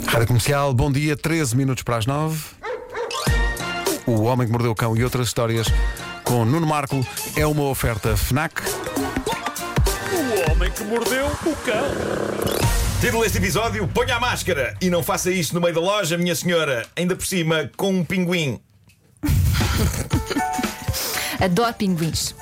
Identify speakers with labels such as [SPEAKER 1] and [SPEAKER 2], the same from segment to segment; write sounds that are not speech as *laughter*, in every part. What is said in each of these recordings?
[SPEAKER 1] Rádio Comercial, bom dia, 13 minutos para as 9. O Homem que Mordeu o Cão e outras histórias com Nuno Marco é uma oferta FNAC.
[SPEAKER 2] O homem que mordeu o cão.
[SPEAKER 3] Título deste episódio: Ponha a máscara e não faça isto no meio da loja, minha senhora. Ainda por cima, com um pinguim.
[SPEAKER 4] Adoro pinguins.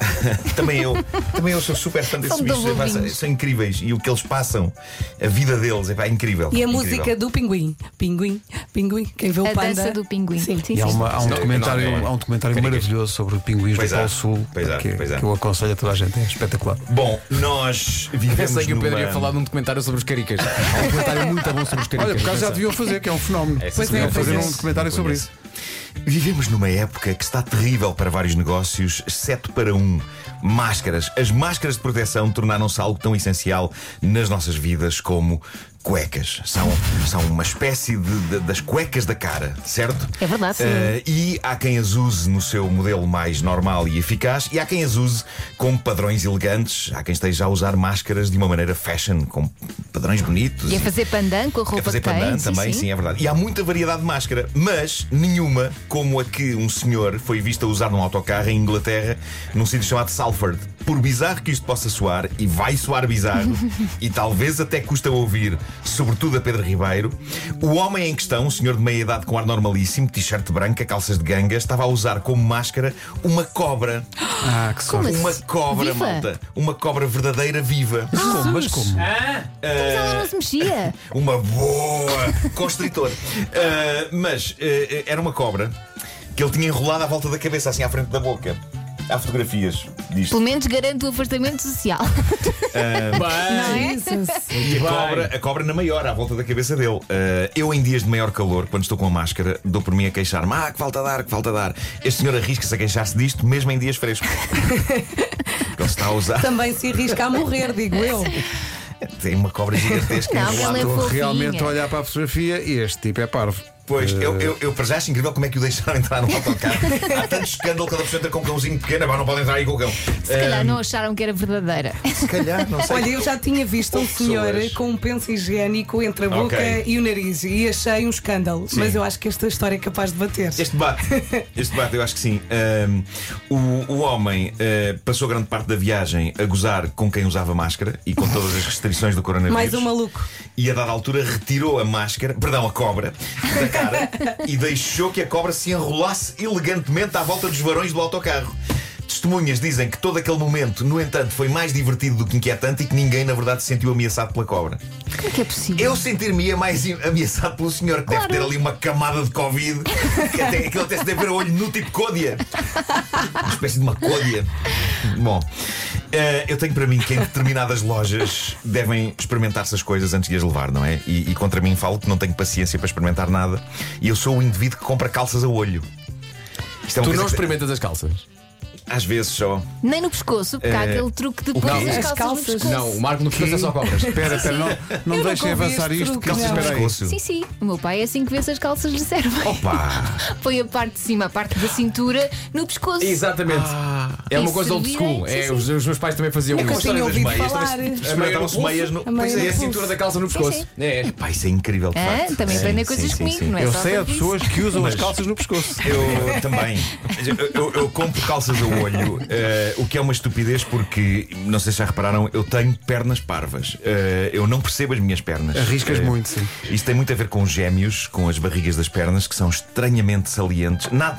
[SPEAKER 3] Também eu. *laughs* Também eu sou super fã desses
[SPEAKER 4] São
[SPEAKER 3] bichos.
[SPEAKER 4] tão
[SPEAKER 3] epá,
[SPEAKER 4] fofinhos.
[SPEAKER 3] são incríveis. E o que eles passam, a vida deles, epá, é incrível.
[SPEAKER 5] E a
[SPEAKER 3] Incrível.
[SPEAKER 5] música do pinguim. Pinguim, pinguim. Quem vê o
[SPEAKER 4] A
[SPEAKER 5] panda.
[SPEAKER 4] dança do pinguim.
[SPEAKER 5] Sim, sim.
[SPEAKER 1] E há,
[SPEAKER 5] sim.
[SPEAKER 1] uma- há um
[SPEAKER 3] Não,
[SPEAKER 1] documentário,
[SPEAKER 3] não, é-
[SPEAKER 1] há um documentário maravilhoso sobre pinguins
[SPEAKER 3] Pois
[SPEAKER 1] do
[SPEAKER 3] é,
[SPEAKER 1] Polo Sul
[SPEAKER 3] pois é,
[SPEAKER 1] que,
[SPEAKER 3] pois é.
[SPEAKER 1] que eu aconselho a toda a gente, é espetacular.
[SPEAKER 3] Bom, nós vivemos.
[SPEAKER 6] Pensei que o Pedro
[SPEAKER 3] numa...
[SPEAKER 6] ia falar de um documentário sobre os caricas.
[SPEAKER 1] *laughs*
[SPEAKER 6] Há um documentário muito bom sobre os caricas.
[SPEAKER 1] Olha, por acaso já deviam fazer, que é um fenómeno.
[SPEAKER 3] Essa
[SPEAKER 5] Pois é,
[SPEAKER 1] deviam
[SPEAKER 3] senhora
[SPEAKER 5] pois
[SPEAKER 1] fazer
[SPEAKER 5] é.
[SPEAKER 1] um documentário
[SPEAKER 3] Não
[SPEAKER 1] sobre
[SPEAKER 3] conheço.
[SPEAKER 1] isso.
[SPEAKER 3] Vivemos numa época que está terrível para vários negócios, 7 para 1. Máscaras. As máscaras de proteção tornaram-se algo tão essencial nas nossas vidas como cuecas. São, são uma espécie de, de- das cuecas da cara, certo?
[SPEAKER 4] É verdade, sim.
[SPEAKER 3] Eh, e há quem as use no seu modelo mais normal e eficaz, e há quem as use com padrões elegantes. Há quem esteja a usar máscaras de uma maneira fashion, com padrões bonitos.
[SPEAKER 4] E a
[SPEAKER 3] e-
[SPEAKER 4] fazer pandan com a roupa
[SPEAKER 3] é fazer
[SPEAKER 4] que tem.
[SPEAKER 3] pandan também, sim, é verdade. E há muita variedade de máscara, mas nenhuma como a que um senhor foi visto a usar num autocarro em Inglaterra, num sítio chamado Salford. Por bizarro que isto possa soar, e vai soar
[SPEAKER 4] *laughs*
[SPEAKER 3] bizarro, e talvez até custa ouvir, sobretudo a Pedro Ribeiro, o homem em questão, um senhor de meia idade com ar normalíssimo, t-shirt branca, calças de ganga, estava a usar como máscara uma cobra.
[SPEAKER 1] Ah, que
[SPEAKER 4] Como
[SPEAKER 1] sorte.
[SPEAKER 4] assim? *gasps*
[SPEAKER 3] Uma cobra,
[SPEAKER 4] Viva?
[SPEAKER 3] malta. Uma cobra verdadeira viva.
[SPEAKER 1] Como? Mas como?
[SPEAKER 4] Mas ela não se mexia.
[SPEAKER 3] Uma boa constritor. Ah, mas ah, era uma cobra que ele tinha enrolado à volta da cabeça, assim à frente da boca. Há fotografias disto.
[SPEAKER 4] Pelo menos garante o afastamento social. *laughs* Não é?
[SPEAKER 3] E a cobra, a cobra na maior, à volta da cabeça dele. Ah, eu, em dias de maior calor, quando estou com a máscara, dou por mim a queixar-me. Ah, que falta de ar, que falta de ar. Este senhor arrisca-se a queixar-se disto, mesmo em dias
[SPEAKER 4] *laughs*
[SPEAKER 3] frescos. Porque ele está a usar.
[SPEAKER 5] Também se arrisca a morrer, digo eu.
[SPEAKER 3] Tem uma cobra gigantesca
[SPEAKER 4] Não,
[SPEAKER 3] enrolada.
[SPEAKER 4] ela é
[SPEAKER 1] Estou
[SPEAKER 4] fofinha.
[SPEAKER 1] realmente a olhar para a fotografia e este tipo é parvo.
[SPEAKER 3] Pois, eu, eu, eu para já acho incrível como é que o deixaram entrar no autocarro.
[SPEAKER 5] *laughs*
[SPEAKER 3] Há tanto escândalo quando a pessoa entra com um cãozinho pequeno, agora não pode entrar aí com o cão.
[SPEAKER 4] Se
[SPEAKER 3] Ehm.
[SPEAKER 4] calhar não acharam que era verdadeira.
[SPEAKER 3] Se calhar, não sei.
[SPEAKER 5] Olha, eu já tinha visto um
[SPEAKER 3] Ou
[SPEAKER 5] senhor
[SPEAKER 3] pessoas.
[SPEAKER 5] com um penso higiênico entre a boca
[SPEAKER 3] Ok.
[SPEAKER 5] e o nariz e achei um escândalo. Mas eu acho que esta história é capaz de bater.
[SPEAKER 3] Este debate, este debate, eu acho que sim. Ahm, o, o homem ah, passou grande parte da viagem a gozar com quem usava máscara e com todas as restrições do coronavírus.
[SPEAKER 5] Mais um maluco.
[SPEAKER 3] E a dada altura retirou a máscara, perdão, a cobra, da cara e deixou que a cobra se enrolasse elegantemente à volta dos varões do autocarro. Testemunhas dizem que todo aquele momento, no entanto, foi mais divertido do que inquietante e que ninguém, na verdade, se sentiu ameaçado pela cobra.
[SPEAKER 4] Como é que é possível?
[SPEAKER 3] Eu sentir-me mais ameaçado pelo senhor, que
[SPEAKER 4] Claro.
[SPEAKER 3] deve ter ali uma camada de Covid, que até, que ele até se deve ver o olho nu tipo códia. Uma espécie de uma códia. Bom, eh, eu tenho para mim que em determinadas lojas devem experimentar essas coisas antes de as levar, não é? E, e contra mim falo que não tenho paciência para experimentar nada e eu sou o indivíduo que compra calças a olho. Isto é uma
[SPEAKER 6] Tu
[SPEAKER 3] coisa
[SPEAKER 6] não
[SPEAKER 3] que-
[SPEAKER 6] experimentas as calças?
[SPEAKER 3] Às vezes só.
[SPEAKER 4] Nem no pescoço, porque há
[SPEAKER 3] Eh,
[SPEAKER 4] aquele truque de
[SPEAKER 6] o
[SPEAKER 4] pôr
[SPEAKER 6] quê?
[SPEAKER 4] as
[SPEAKER 5] As
[SPEAKER 4] calças,
[SPEAKER 5] calças.
[SPEAKER 4] no pescoço.
[SPEAKER 6] Não, o Marco no pescoço é só cobras.
[SPEAKER 1] Espera, *laughs* espera, não, não
[SPEAKER 5] Eu
[SPEAKER 1] deixem
[SPEAKER 5] nunca ouvi
[SPEAKER 1] avançar
[SPEAKER 5] este
[SPEAKER 1] isto, que
[SPEAKER 5] truque, não.
[SPEAKER 1] espera aí.
[SPEAKER 3] Pescoço.
[SPEAKER 4] Sim, sim. O meu pai é assim que vê se as calças lhe servem.
[SPEAKER 3] Pá.
[SPEAKER 4] Põe a parte de cima, a parte da cintura, no pescoço.
[SPEAKER 6] Exatamente.
[SPEAKER 7] Ah.
[SPEAKER 6] é uma
[SPEAKER 4] E
[SPEAKER 6] coisa old
[SPEAKER 4] servirem,
[SPEAKER 6] school. É,
[SPEAKER 4] sim, sim.
[SPEAKER 6] os, os meus pais também faziam
[SPEAKER 5] Nunca
[SPEAKER 6] isso.
[SPEAKER 5] tinha
[SPEAKER 3] das
[SPEAKER 5] ouvido
[SPEAKER 3] meias,
[SPEAKER 5] falar.
[SPEAKER 3] Experimentavam-se meias no.
[SPEAKER 5] A meia
[SPEAKER 3] Pois
[SPEAKER 6] É
[SPEAKER 3] é,
[SPEAKER 6] a cintura da calça no pescoço.
[SPEAKER 4] sim.
[SPEAKER 6] É.
[SPEAKER 3] Pá, isso é incrível, de
[SPEAKER 4] Ah,
[SPEAKER 3] facto.
[SPEAKER 4] também
[SPEAKER 3] Sim,
[SPEAKER 4] aprendem
[SPEAKER 3] sim,
[SPEAKER 4] coisas
[SPEAKER 3] sim,
[SPEAKER 4] comigo,
[SPEAKER 3] sim.
[SPEAKER 4] não é?
[SPEAKER 1] Eu
[SPEAKER 4] só
[SPEAKER 1] sei há
[SPEAKER 4] sobre isso.
[SPEAKER 1] pessoas que usam as
[SPEAKER 3] Mas-
[SPEAKER 1] calças no pescoço.
[SPEAKER 3] Eu também. Eu, eu compro calças ao olho, eh, o que é uma estupidez porque, não sei se já repararam, eu tenho pernas parvas. Eh, eu não percebo as minhas pernas.
[SPEAKER 1] Arriscas
[SPEAKER 3] Eh,
[SPEAKER 1] muito, sim.
[SPEAKER 3] Isto tem muito a ver com os gêmeos, com as barrigas das pernas, que são estranhamente salientes. Nada,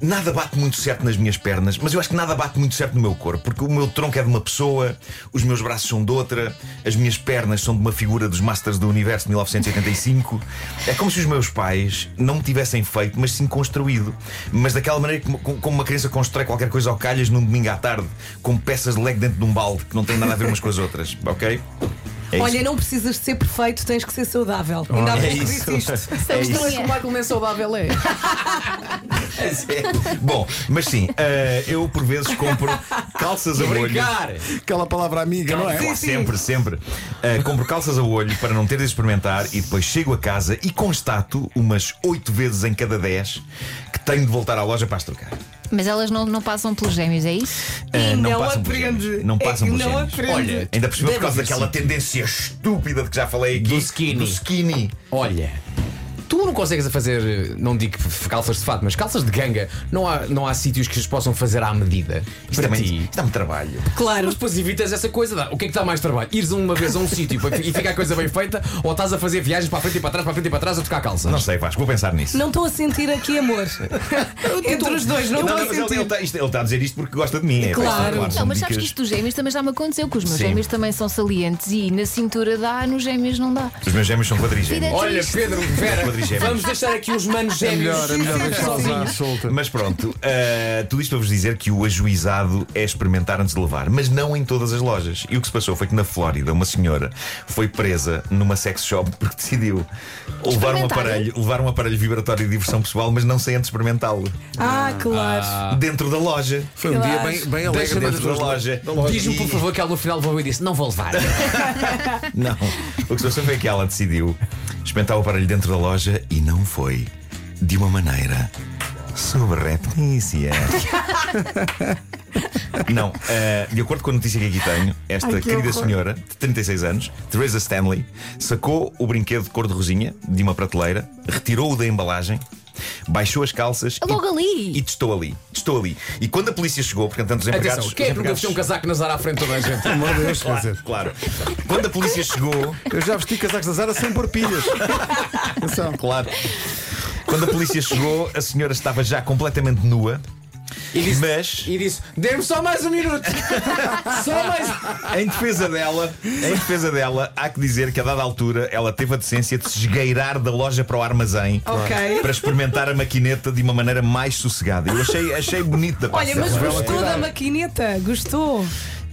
[SPEAKER 3] nada bate muito certo nas minhas pernas, mas eu acho que nada bate muito certo no meu corpo, porque o meu tronco é de uma pessoa, os meus braços são de outra, as minhas pernas são de uma figura dos Masters do Universo de 1985. É como se os meus pais não me tivessem feito, mas sim construído. Mas daquela maneira como, como uma criança constrói qualquer coisa ao calhas num domingo à tarde, com peças de leg dentro de um balde, que não tem nada a ver umas com as outras, ok? É isso.
[SPEAKER 5] Olha, não precisas de ser perfeito, tens que ser saudável. Ainda há
[SPEAKER 3] *laughs*
[SPEAKER 5] pouco
[SPEAKER 3] é isso.
[SPEAKER 5] disse isto.
[SPEAKER 4] Sabes
[SPEAKER 3] isso.
[SPEAKER 4] não é?
[SPEAKER 6] Marco não é saudável, é.
[SPEAKER 3] *laughs* Bom, mas sim, eh, eu por vezes compro calças a olho.
[SPEAKER 6] Brincar!
[SPEAKER 1] Aquela palavra amiga, não é?
[SPEAKER 3] Claro, Sempre, sempre. Eh, compro calças a olho para não ter de experimentar e depois chego a casa e constato, umas 8 vezes em cada 10, que tenho de voltar à loja para as trocar.
[SPEAKER 4] Mas elas não, não passam pelos gêmeos, é isso?
[SPEAKER 3] Eh,
[SPEAKER 5] E não
[SPEAKER 3] passam pelos
[SPEAKER 5] aprende.
[SPEAKER 3] gêmeos. Não
[SPEAKER 5] É
[SPEAKER 3] passam
[SPEAKER 5] que
[SPEAKER 3] pelos
[SPEAKER 5] não
[SPEAKER 3] gêmeos.
[SPEAKER 5] aprende.
[SPEAKER 6] Olha,
[SPEAKER 3] Ainda por cima por
[SPEAKER 6] deve
[SPEAKER 3] causa
[SPEAKER 6] haver
[SPEAKER 3] daquela
[SPEAKER 6] sim.
[SPEAKER 3] tendência estúpida de que já falei aqui
[SPEAKER 6] Do skinny.
[SPEAKER 3] do skinny.
[SPEAKER 6] Olha,
[SPEAKER 7] Tu não consegues a fazer, não digo f- calças de fato, mas calças de ganga. Não há, não há sítios que as possam fazer à medida.
[SPEAKER 3] Isto
[SPEAKER 7] Para
[SPEAKER 3] também
[SPEAKER 7] ti.
[SPEAKER 3] isto dá-me trabalho.
[SPEAKER 5] Claro.
[SPEAKER 7] Mas depois evitas essa coisa. dá- O que é que dá mais trabalho? Ires uma vez a um sítio para- e fica a coisa bem feita ou estás a fazer viagens para a frente e para trás, para a frente e para trás a tocar calças?
[SPEAKER 3] Não sei, Vasco, vou pensar nisso.
[SPEAKER 5] Não estou a sentir
[SPEAKER 3] *laughs*
[SPEAKER 5] aqui amor. Entre os dois, não
[SPEAKER 3] É Não,
[SPEAKER 5] estou
[SPEAKER 3] não,
[SPEAKER 5] a
[SPEAKER 3] mas ele-
[SPEAKER 5] sentir.
[SPEAKER 3] ele está isto- ele está a dizer isto porque gosta de mim. é,
[SPEAKER 5] Claro.
[SPEAKER 4] Não,
[SPEAKER 3] são
[SPEAKER 4] mas sabes que
[SPEAKER 3] dicas-
[SPEAKER 4] isto dos gêmeos também já me aconteceu, que os meus
[SPEAKER 3] Sim.
[SPEAKER 4] gêmeos também são salientes e na cintura dá, nos gêmeos não dá.
[SPEAKER 3] Os meus gêmeos são quadrigêmeos.
[SPEAKER 4] Vida-
[SPEAKER 7] Olha,
[SPEAKER 4] triste.
[SPEAKER 7] Pedro, Vera,
[SPEAKER 3] Quadrigêmeos.
[SPEAKER 7] vamos deixar aqui os manos
[SPEAKER 1] É
[SPEAKER 7] gêmeos.
[SPEAKER 1] melhor, é melhor deixá-los à solta.
[SPEAKER 3] Mas pronto, ah, tudo isto para vos dizer que o ajuizado é experimentar antes de levar, mas não em todas as lojas. E o que se passou foi que na Flórida uma senhora foi presa numa sex shop *laughs* porque decidiu levar um
[SPEAKER 4] Experimentar. é?
[SPEAKER 3] aparelho, levar um aparelho vibratório de diversão pessoal, mas não sem antes experimentá-lo
[SPEAKER 5] Ah, claro.
[SPEAKER 3] dentro da loja.
[SPEAKER 1] Foi um dia bem, bem alegre
[SPEAKER 3] Deixa
[SPEAKER 1] das
[SPEAKER 3] dentro da
[SPEAKER 1] duas
[SPEAKER 3] loja.
[SPEAKER 7] Diz-me, por
[SPEAKER 3] E-
[SPEAKER 7] favor, que ela no final vou e disse: Não vou levar.
[SPEAKER 3] Não. O que se passou foi que ela decidiu experimentar o aparelho dentro da loja e não foi de uma maneira sobreptícia.
[SPEAKER 4] *laughs*
[SPEAKER 3] não. eh, de acordo com a notícia que aqui tenho, esta querida senhora de 36 anos, Teresa Stanley, sacou o brinquedo de cor de rosinha de uma prateleira, retirou-o da embalagem. Baixou as calças e-
[SPEAKER 4] Logo ali.
[SPEAKER 3] e testou ali. Testou ali. E quando a polícia chegou, porque portanto, os empregados.
[SPEAKER 7] Atenção, quem é
[SPEAKER 3] os
[SPEAKER 7] que nunca
[SPEAKER 3] empregados-
[SPEAKER 7] vestiu um casaco na Zara à frente de toda a gente?
[SPEAKER 1] Pelo amor de Deus, quer
[SPEAKER 3] Claro,
[SPEAKER 1] dizer.
[SPEAKER 3] claro. Quando a polícia chegou,
[SPEAKER 1] Eu já vesti casacos da Zara sem porpilhas. Atenção.
[SPEAKER 3] Claro. Quando a polícia chegou, a senhora estava já completamente nua. Mas,
[SPEAKER 7] E disse: Dê-me só mais um minuto. só mais.
[SPEAKER 3] em defesa dela, em defesa dela, há que dizer que a dada altura ela teve a decência de se esgueirar da loja para o armazém
[SPEAKER 5] Ok.
[SPEAKER 3] para experimentar a maquineta de uma maneira mais sossegada. Eu achei, achei bonito da parte
[SPEAKER 5] Olha, mas
[SPEAKER 3] dela.
[SPEAKER 5] gostou da maquineta? Gostou?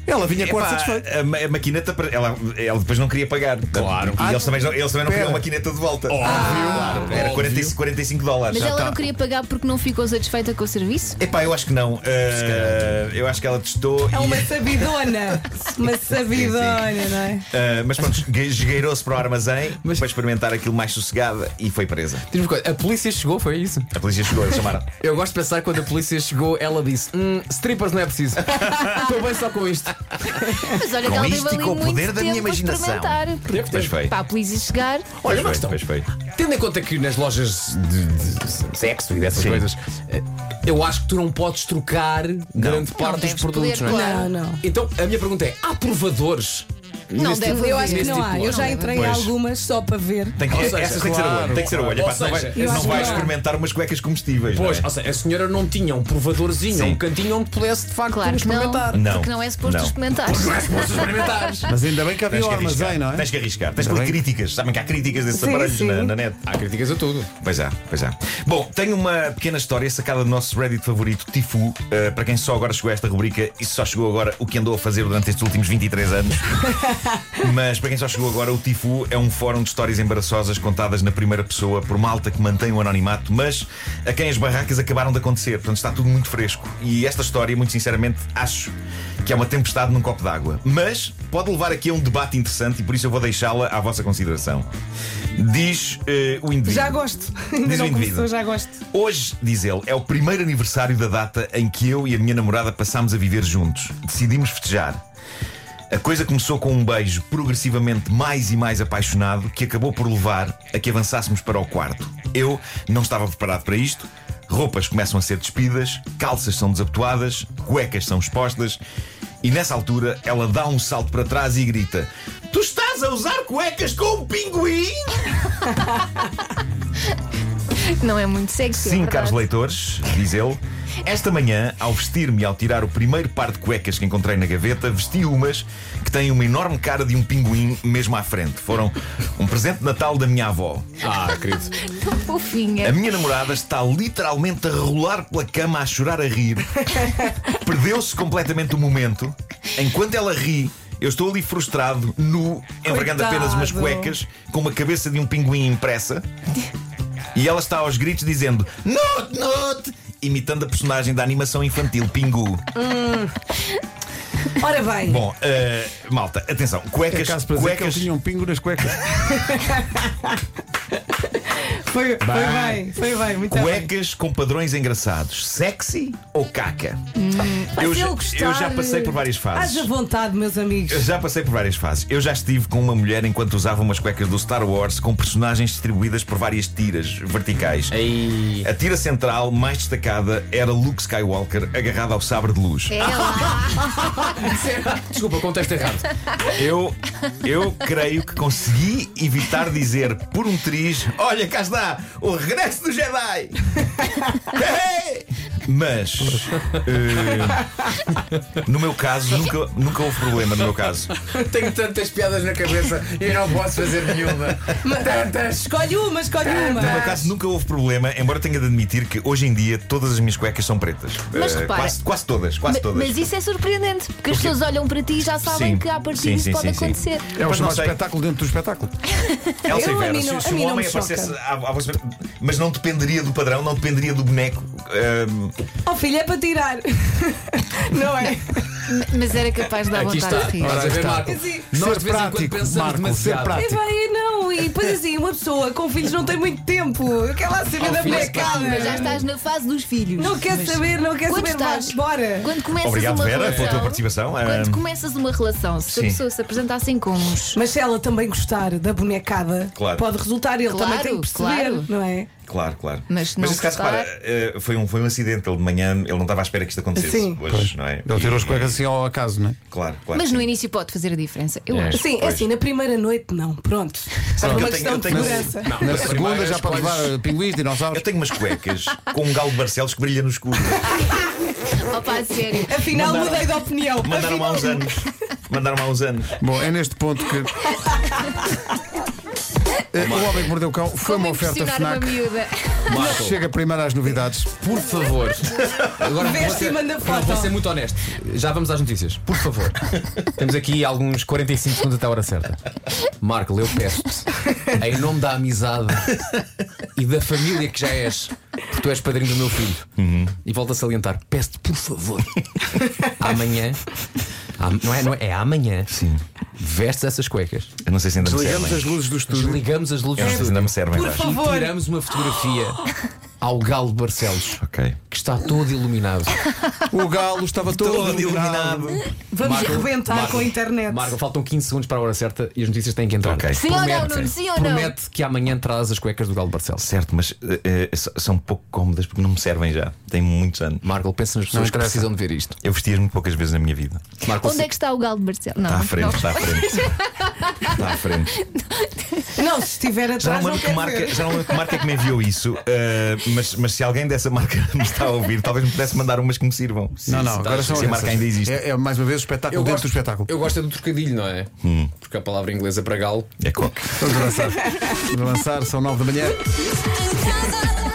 [SPEAKER 1] Ela vinha
[SPEAKER 3] Epá,
[SPEAKER 1] quase satisfeita.
[SPEAKER 3] a, ma- a maquineta, para- ela, ela depois não queria pagar. Claro. E eles também, não- eles também
[SPEAKER 1] Pera.
[SPEAKER 3] não queriam a maquineta de volta. claro. Era 45, 45 dólares.
[SPEAKER 4] Mas
[SPEAKER 3] Já
[SPEAKER 4] ela
[SPEAKER 3] tá.
[SPEAKER 4] não queria pagar porque não ficou satisfeita com o serviço?
[SPEAKER 3] Epá, eu acho que não. Eh, eu acho que ela testou.
[SPEAKER 5] É uma
[SPEAKER 3] e- *laughs*
[SPEAKER 5] sabidona. Uma sabidona, não é?
[SPEAKER 3] Eh, mas pronto, *laughs* esgueirou-se para o
[SPEAKER 1] *laughs*
[SPEAKER 3] armazém para experimentar aquilo mais sossegada e foi presa.
[SPEAKER 7] Diz-me uma coisa: a polícia chegou, foi isso?
[SPEAKER 3] A polícia chegou a chamar.
[SPEAKER 7] Eu gosto de pensar que quando a polícia chegou, ela disse: Hum, strippers não é preciso. Estou bem só com isto.
[SPEAKER 4] Mas olha
[SPEAKER 3] Com
[SPEAKER 4] que ela
[SPEAKER 3] isto
[SPEAKER 4] teve
[SPEAKER 3] e
[SPEAKER 4] ali
[SPEAKER 3] com o
[SPEAKER 4] muito
[SPEAKER 3] poder da minha
[SPEAKER 4] tempo a
[SPEAKER 3] imaginação. Um
[SPEAKER 4] experimentar. Porque
[SPEAKER 3] Pois foi.
[SPEAKER 4] Para a polícia chegar,
[SPEAKER 7] Olha, uma
[SPEAKER 3] pois foi,
[SPEAKER 7] questão.
[SPEAKER 3] pois foi.
[SPEAKER 7] Tendo em conta que nas lojas de, de sexo e dessas
[SPEAKER 3] Sim.
[SPEAKER 7] coisas, eh, eu acho que tu não podes trocar grande parte dos
[SPEAKER 4] deves
[SPEAKER 7] produtos,
[SPEAKER 4] poder,
[SPEAKER 7] não é?
[SPEAKER 3] Tá.
[SPEAKER 4] claro.
[SPEAKER 5] Não, não.
[SPEAKER 7] Então, a minha pergunta é: há provadores?
[SPEAKER 4] Não
[SPEAKER 7] nesse
[SPEAKER 4] deve haver. um
[SPEAKER 7] tipo-
[SPEAKER 5] Eu acho que
[SPEAKER 7] nesse
[SPEAKER 5] não
[SPEAKER 7] tipo
[SPEAKER 5] há.
[SPEAKER 7] de
[SPEAKER 5] Eu
[SPEAKER 7] loja?
[SPEAKER 5] já entrei em
[SPEAKER 3] Pois.
[SPEAKER 5] algumas só para ver.
[SPEAKER 3] Tem que,
[SPEAKER 7] Ou seja,
[SPEAKER 3] essas tem que ser a
[SPEAKER 1] claro,
[SPEAKER 3] olho. Tem que ser a olho.
[SPEAKER 7] Ou
[SPEAKER 3] Epá, não
[SPEAKER 7] seja,
[SPEAKER 3] vais,
[SPEAKER 7] eu
[SPEAKER 3] não
[SPEAKER 5] acho
[SPEAKER 3] vais
[SPEAKER 5] que não.
[SPEAKER 3] experimentar umas cuecas comestíveis.
[SPEAKER 7] Pois,
[SPEAKER 3] não é?
[SPEAKER 7] ou seja, a senhora não tinha um provadorzinho,
[SPEAKER 3] Sim.
[SPEAKER 7] um cantinho onde pudesse de facto
[SPEAKER 4] claro que não.
[SPEAKER 7] experimentar.
[SPEAKER 3] Não.
[SPEAKER 4] Porque não é suposto
[SPEAKER 3] Não. *laughs*
[SPEAKER 4] experimentar.
[SPEAKER 7] Experimentares.
[SPEAKER 1] Mas ainda bem que havia
[SPEAKER 3] Tens
[SPEAKER 1] o
[SPEAKER 3] que
[SPEAKER 1] armazém,
[SPEAKER 3] arriscar.
[SPEAKER 1] não é?
[SPEAKER 3] Tens que arriscar. Tens que
[SPEAKER 1] Ainda
[SPEAKER 3] ler
[SPEAKER 1] bem.
[SPEAKER 3] críticas. Sabem que há críticas desses
[SPEAKER 5] Sim,
[SPEAKER 3] aparelhos
[SPEAKER 5] sim.
[SPEAKER 3] Na, na net.
[SPEAKER 7] Há críticas a tudo.
[SPEAKER 3] Pois há, pois há. Bom, tenho uma pequena história sacada do nosso Reddit favorito, Tifu. Uh, para quem só agora chegou a esta rubrica e só chegou agora o que andou a fazer durante estes últimos 23
[SPEAKER 5] *laughs*
[SPEAKER 3] anos. Mas para quem só chegou agora, o Tifu é um fórum de histórias embaraçosas contadas na primeira pessoa por malta que mantém o anonimato, mas a quem as barracas acabaram de acontecer. Portanto, está tudo muito fresco. E esta história, muito sinceramente, acho que é uma tempestade num copo d'água. Mas pode levar aqui a um debate interessante e por isso eu vou deixá-la à vossa consideração. Diz eh, o indivíduo.
[SPEAKER 5] Já gosto. *laughs* Ainda
[SPEAKER 3] Diz o
[SPEAKER 5] não
[SPEAKER 3] indivíduo.
[SPEAKER 5] começou, já gosto.
[SPEAKER 3] Hoje, diz ele, é o primeiro aniversário da data em que eu e a minha namorada passámos a viver juntos. Decidimos festejar. A coisa começou com um beijo progressivamente mais e mais apaixonado que acabou por levar a que avançássemos para o quarto. Eu não estava preparado para isto. Roupas começam a ser despidas, calças são desabotoadas, cuecas são expostas e nessa altura ela dá um salto para trás e grita: Tu estás a usar cuecas com um pinguim?
[SPEAKER 4] Não é muito sexy. é
[SPEAKER 3] Sim,
[SPEAKER 4] verdade.
[SPEAKER 3] caros leitores, diz ele. Esta manhã, ao vestir-me e ao tirar o primeiro par de cuecas que encontrei na gaveta, vesti umas que têm uma enorme cara de um pinguim mesmo à frente. Foram um presente de Natal da minha avó.
[SPEAKER 7] Ah, querido.
[SPEAKER 4] *laughs* Tão
[SPEAKER 3] A
[SPEAKER 4] fofinha.
[SPEAKER 3] minha namorada está literalmente a rolar pela cama a chorar a
[SPEAKER 4] *laughs*
[SPEAKER 3] rir. Perdeu-se completamente o momento. Enquanto ela ri, eu estou ali frustrado, nu, envergando
[SPEAKER 5] Coitado.
[SPEAKER 3] apenas umas cuecas, com uma cabeça de um pinguim impressa. E ela está aos gritos dizendo Not, not! Imitando a personagem da animação infantil Pingu.
[SPEAKER 5] Ora bem.
[SPEAKER 3] Bom, eh, malta, atenção.
[SPEAKER 1] É
[SPEAKER 3] Cuecas,
[SPEAKER 1] caso para dizer que ele
[SPEAKER 3] cuecas,
[SPEAKER 1] tinha um pingo nas cuecas.
[SPEAKER 5] Foi, foi bem, foi bem, muito bem.
[SPEAKER 3] Cuecas com padrões engraçados, sexy ou caca? eu,
[SPEAKER 4] Hum, Mas
[SPEAKER 3] já-
[SPEAKER 4] ele gostar-
[SPEAKER 3] eu já passei por várias fases.
[SPEAKER 5] Haja vontade, meus
[SPEAKER 3] Eu
[SPEAKER 5] amigos.
[SPEAKER 3] já passei por várias fases. Eu já estive com uma mulher enquanto usava umas cuecas do Star Wars com personagens distribuídas por várias tiras verticais.
[SPEAKER 7] Aí.
[SPEAKER 3] A tira central, mais destacada, era Luke Skywalker agarrado ao sabre de luz.
[SPEAKER 4] É lá.
[SPEAKER 7] *laughs* Desculpa, contexto
[SPEAKER 4] *laughs*
[SPEAKER 7] errado.
[SPEAKER 3] Eu, eu creio que consegui evitar dizer por um triz: Olha, cá está, o regresso do Jedi! Hey! Mas eh, no meu caso, nunca, nunca houve problema. No meu caso,
[SPEAKER 7] Tenho tantas piadas na cabeça e não posso fazer nenhuma. Tantas.
[SPEAKER 5] eh, Escolhe uma, escolhe uma.
[SPEAKER 3] no meu caso, nunca houve problema. Embora tenha de admitir que hoje em dia todas as minhas cuecas são pretas,
[SPEAKER 4] Mas
[SPEAKER 3] Eh,
[SPEAKER 4] repara-
[SPEAKER 3] quase, quase todas. Quase
[SPEAKER 4] Ma-
[SPEAKER 3] todas.
[SPEAKER 4] Mas isso é surpreendente, porque as
[SPEAKER 3] O quê?
[SPEAKER 4] pessoas olham para ti e já sabem
[SPEAKER 3] Sim.
[SPEAKER 4] que a
[SPEAKER 3] Sim,
[SPEAKER 4] partir disso
[SPEAKER 3] sim,
[SPEAKER 4] pode
[SPEAKER 3] sim, sim.
[SPEAKER 4] acontecer.
[SPEAKER 1] É o
[SPEAKER 3] Mas não
[SPEAKER 1] chamado
[SPEAKER 3] sei.
[SPEAKER 1] espetáculo dentro do espetáculo.
[SPEAKER 3] Elsa
[SPEAKER 5] Eu,
[SPEAKER 3] e
[SPEAKER 5] a
[SPEAKER 3] Vera,
[SPEAKER 5] mim
[SPEAKER 3] se-
[SPEAKER 5] não-
[SPEAKER 3] se
[SPEAKER 5] a mim
[SPEAKER 3] um
[SPEAKER 5] não
[SPEAKER 3] homem
[SPEAKER 5] me choca.
[SPEAKER 3] aparecesse à, à vossa frente, mas não dependeria do padrão, não dependeria do boneco. ehm,
[SPEAKER 5] Oh filho, é para tirar. *laughs* Não é?
[SPEAKER 4] Ma- Mas era capaz de dar
[SPEAKER 7] Aqui
[SPEAKER 4] vontade
[SPEAKER 7] está.
[SPEAKER 4] de rir.
[SPEAKER 7] Estás a ver,
[SPEAKER 1] está.
[SPEAKER 7] Marco?
[SPEAKER 5] Sim. Ser
[SPEAKER 7] Nós de vez em quando
[SPEAKER 1] prático,
[SPEAKER 7] pensamos
[SPEAKER 1] Marco, ser
[SPEAKER 7] demasiado.
[SPEAKER 1] prático.
[SPEAKER 5] É bem, não. E depois assim, uma pessoa com filhos não tem muito tempo. Eu quero lá saber
[SPEAKER 7] Oh,
[SPEAKER 5] da
[SPEAKER 7] filho,
[SPEAKER 5] molecada.
[SPEAKER 4] Mas já estás na fase dos filhos.
[SPEAKER 5] Não quer
[SPEAKER 4] Mas
[SPEAKER 5] saber, não quer
[SPEAKER 4] quando
[SPEAKER 5] saber. Vá,
[SPEAKER 4] estás-
[SPEAKER 5] bora.
[SPEAKER 4] Quando começas
[SPEAKER 3] Obrigado,
[SPEAKER 4] uma
[SPEAKER 3] Vera,
[SPEAKER 4] relação,
[SPEAKER 3] pela tua participação. ehm,
[SPEAKER 4] Quando
[SPEAKER 3] Ahm.
[SPEAKER 4] começas uma relação, se
[SPEAKER 3] Sim.
[SPEAKER 4] a pessoa se apresenta assim com uns.
[SPEAKER 5] Mas se ela também gostar da bonecada,
[SPEAKER 3] Claro.
[SPEAKER 5] pode resultar, ele
[SPEAKER 4] Claro,
[SPEAKER 5] também tem que perceber,
[SPEAKER 4] claro.
[SPEAKER 5] não é?
[SPEAKER 3] Claro, claro.
[SPEAKER 4] Mas se não
[SPEAKER 3] nesse caso,
[SPEAKER 4] gostar-
[SPEAKER 3] repara, eh, foi um, foi um acidente. Ele de manhã ele não estava à espera que isto acontecesse
[SPEAKER 5] Sim.
[SPEAKER 3] hoje, não é?
[SPEAKER 1] Ele tirou as
[SPEAKER 3] E-
[SPEAKER 1] cuecas assim ao acaso, não é?
[SPEAKER 3] Claro, claro.
[SPEAKER 4] Mas
[SPEAKER 3] sim.
[SPEAKER 4] no início pode fazer a diferença. Eu
[SPEAKER 7] É.
[SPEAKER 4] acho.
[SPEAKER 5] Sim, é
[SPEAKER 3] Pois.
[SPEAKER 5] assim, na primeira noite não, pronto.
[SPEAKER 3] Sabe
[SPEAKER 5] É
[SPEAKER 3] que
[SPEAKER 5] uma
[SPEAKER 3] eu tenho-
[SPEAKER 5] questão
[SPEAKER 3] eu
[SPEAKER 5] de
[SPEAKER 3] tenho-
[SPEAKER 5] segurança.
[SPEAKER 1] Na
[SPEAKER 7] Mas
[SPEAKER 1] segunda
[SPEAKER 7] primeiro,
[SPEAKER 1] já pode
[SPEAKER 7] escolhes-
[SPEAKER 1] levar uh, pinguins,
[SPEAKER 3] Eu
[SPEAKER 1] dinossauros.
[SPEAKER 3] tenho umas cuecas com um galo de Barcelos que brilha no
[SPEAKER 5] *laughs*
[SPEAKER 3] escuro.
[SPEAKER 4] Opa, a sério.
[SPEAKER 5] Afinal,
[SPEAKER 3] Mandaram-
[SPEAKER 5] mudei de opinião.
[SPEAKER 3] Mandaram-me há uns
[SPEAKER 5] Afinal-
[SPEAKER 3] anos. Mandaram-me há uns anos.
[SPEAKER 1] Bom, é neste ponto que. Eh, O Homem que Mordeu o Cão foi
[SPEAKER 4] Como
[SPEAKER 1] uma oferta
[SPEAKER 4] impressionar uma
[SPEAKER 1] FNAC.
[SPEAKER 4] miúda.
[SPEAKER 7] Marco,
[SPEAKER 1] Chega primeiro às novidades.
[SPEAKER 7] por favor. Agora
[SPEAKER 5] Veste e manda foto.
[SPEAKER 7] Vou ser muito honesto. Já vamos às notícias. Por favor. Temos aqui alguns 45 segundos até a hora certa. Marco, eu peço-te, em nome da amizade e da família que já és, porque tu és padrinho do meu filho,
[SPEAKER 5] Uhum.
[SPEAKER 7] e volto a salientar, peço-te, por favor, amanhã. am- Não é, não é, é amanhã. Sim. Vestes essas cuecas,
[SPEAKER 3] Eu não sei se ainda me
[SPEAKER 1] Ligamos
[SPEAKER 3] servem.
[SPEAKER 1] as luzes do estúdio.
[SPEAKER 7] desligamos as
[SPEAKER 3] Eu
[SPEAKER 7] luzes
[SPEAKER 3] não
[SPEAKER 7] do
[SPEAKER 3] sei se ainda me servem.
[SPEAKER 5] É. Por
[SPEAKER 3] eu acho.
[SPEAKER 5] favor.
[SPEAKER 7] e tiramos uma fotografia ao Galo de Barcelos,
[SPEAKER 3] Ok.
[SPEAKER 7] que está
[SPEAKER 4] *laughs*
[SPEAKER 7] todo iluminado.
[SPEAKER 1] O galo estava todo,
[SPEAKER 3] Todo iluminado.
[SPEAKER 5] Vamos
[SPEAKER 7] Marco,
[SPEAKER 5] rebentar
[SPEAKER 7] Marco,
[SPEAKER 5] com a internet.
[SPEAKER 7] Marco, faltam 15 segundos para a hora certa e as notícias têm que entrar.
[SPEAKER 3] Ok.
[SPEAKER 4] Sim ou não,
[SPEAKER 3] Promete.
[SPEAKER 4] Nuno? Sim ou não?
[SPEAKER 7] Promete que amanhã traz as cuecas do Galo de Barcelos.
[SPEAKER 3] Certo, mas eh, eh, so- são pouco cómodas porque não me servem já. Tem muitos anos.
[SPEAKER 7] Marco, pensa nas
[SPEAKER 1] Não
[SPEAKER 7] pessoas que
[SPEAKER 1] interessa.
[SPEAKER 7] precisam de ver isto.
[SPEAKER 3] Eu vestia muito poucas vezes na minha vida.
[SPEAKER 7] Marco,
[SPEAKER 4] Onde é que está o galo de Barcelona?
[SPEAKER 3] Está
[SPEAKER 4] Não,
[SPEAKER 3] à frente, está à frente. Está à frente.
[SPEAKER 5] Não, se estiver
[SPEAKER 3] Já
[SPEAKER 5] atrás,
[SPEAKER 3] não,
[SPEAKER 5] não,
[SPEAKER 3] lembro que
[SPEAKER 5] quer
[SPEAKER 3] marca,
[SPEAKER 5] ver.
[SPEAKER 3] já não lembro que marca é que me enviou isso, eh, mas, mas se alguém dessa marca *laughs* me está a ouvir, talvez me pudesse mandar umas que me sirvam.
[SPEAKER 1] Não, não, agora são
[SPEAKER 3] Se a marca
[SPEAKER 1] essas.
[SPEAKER 3] ainda existe.
[SPEAKER 1] É, é mais uma vez o espetáculo dentro do espetáculo. Hum.
[SPEAKER 7] eu gosto é do trocadilho, não é? Porque a palavra inglesa para galo
[SPEAKER 3] É coque.
[SPEAKER 1] Vamos avançar. Vamos avançar, são nove da manhã.
[SPEAKER 8] Em casa,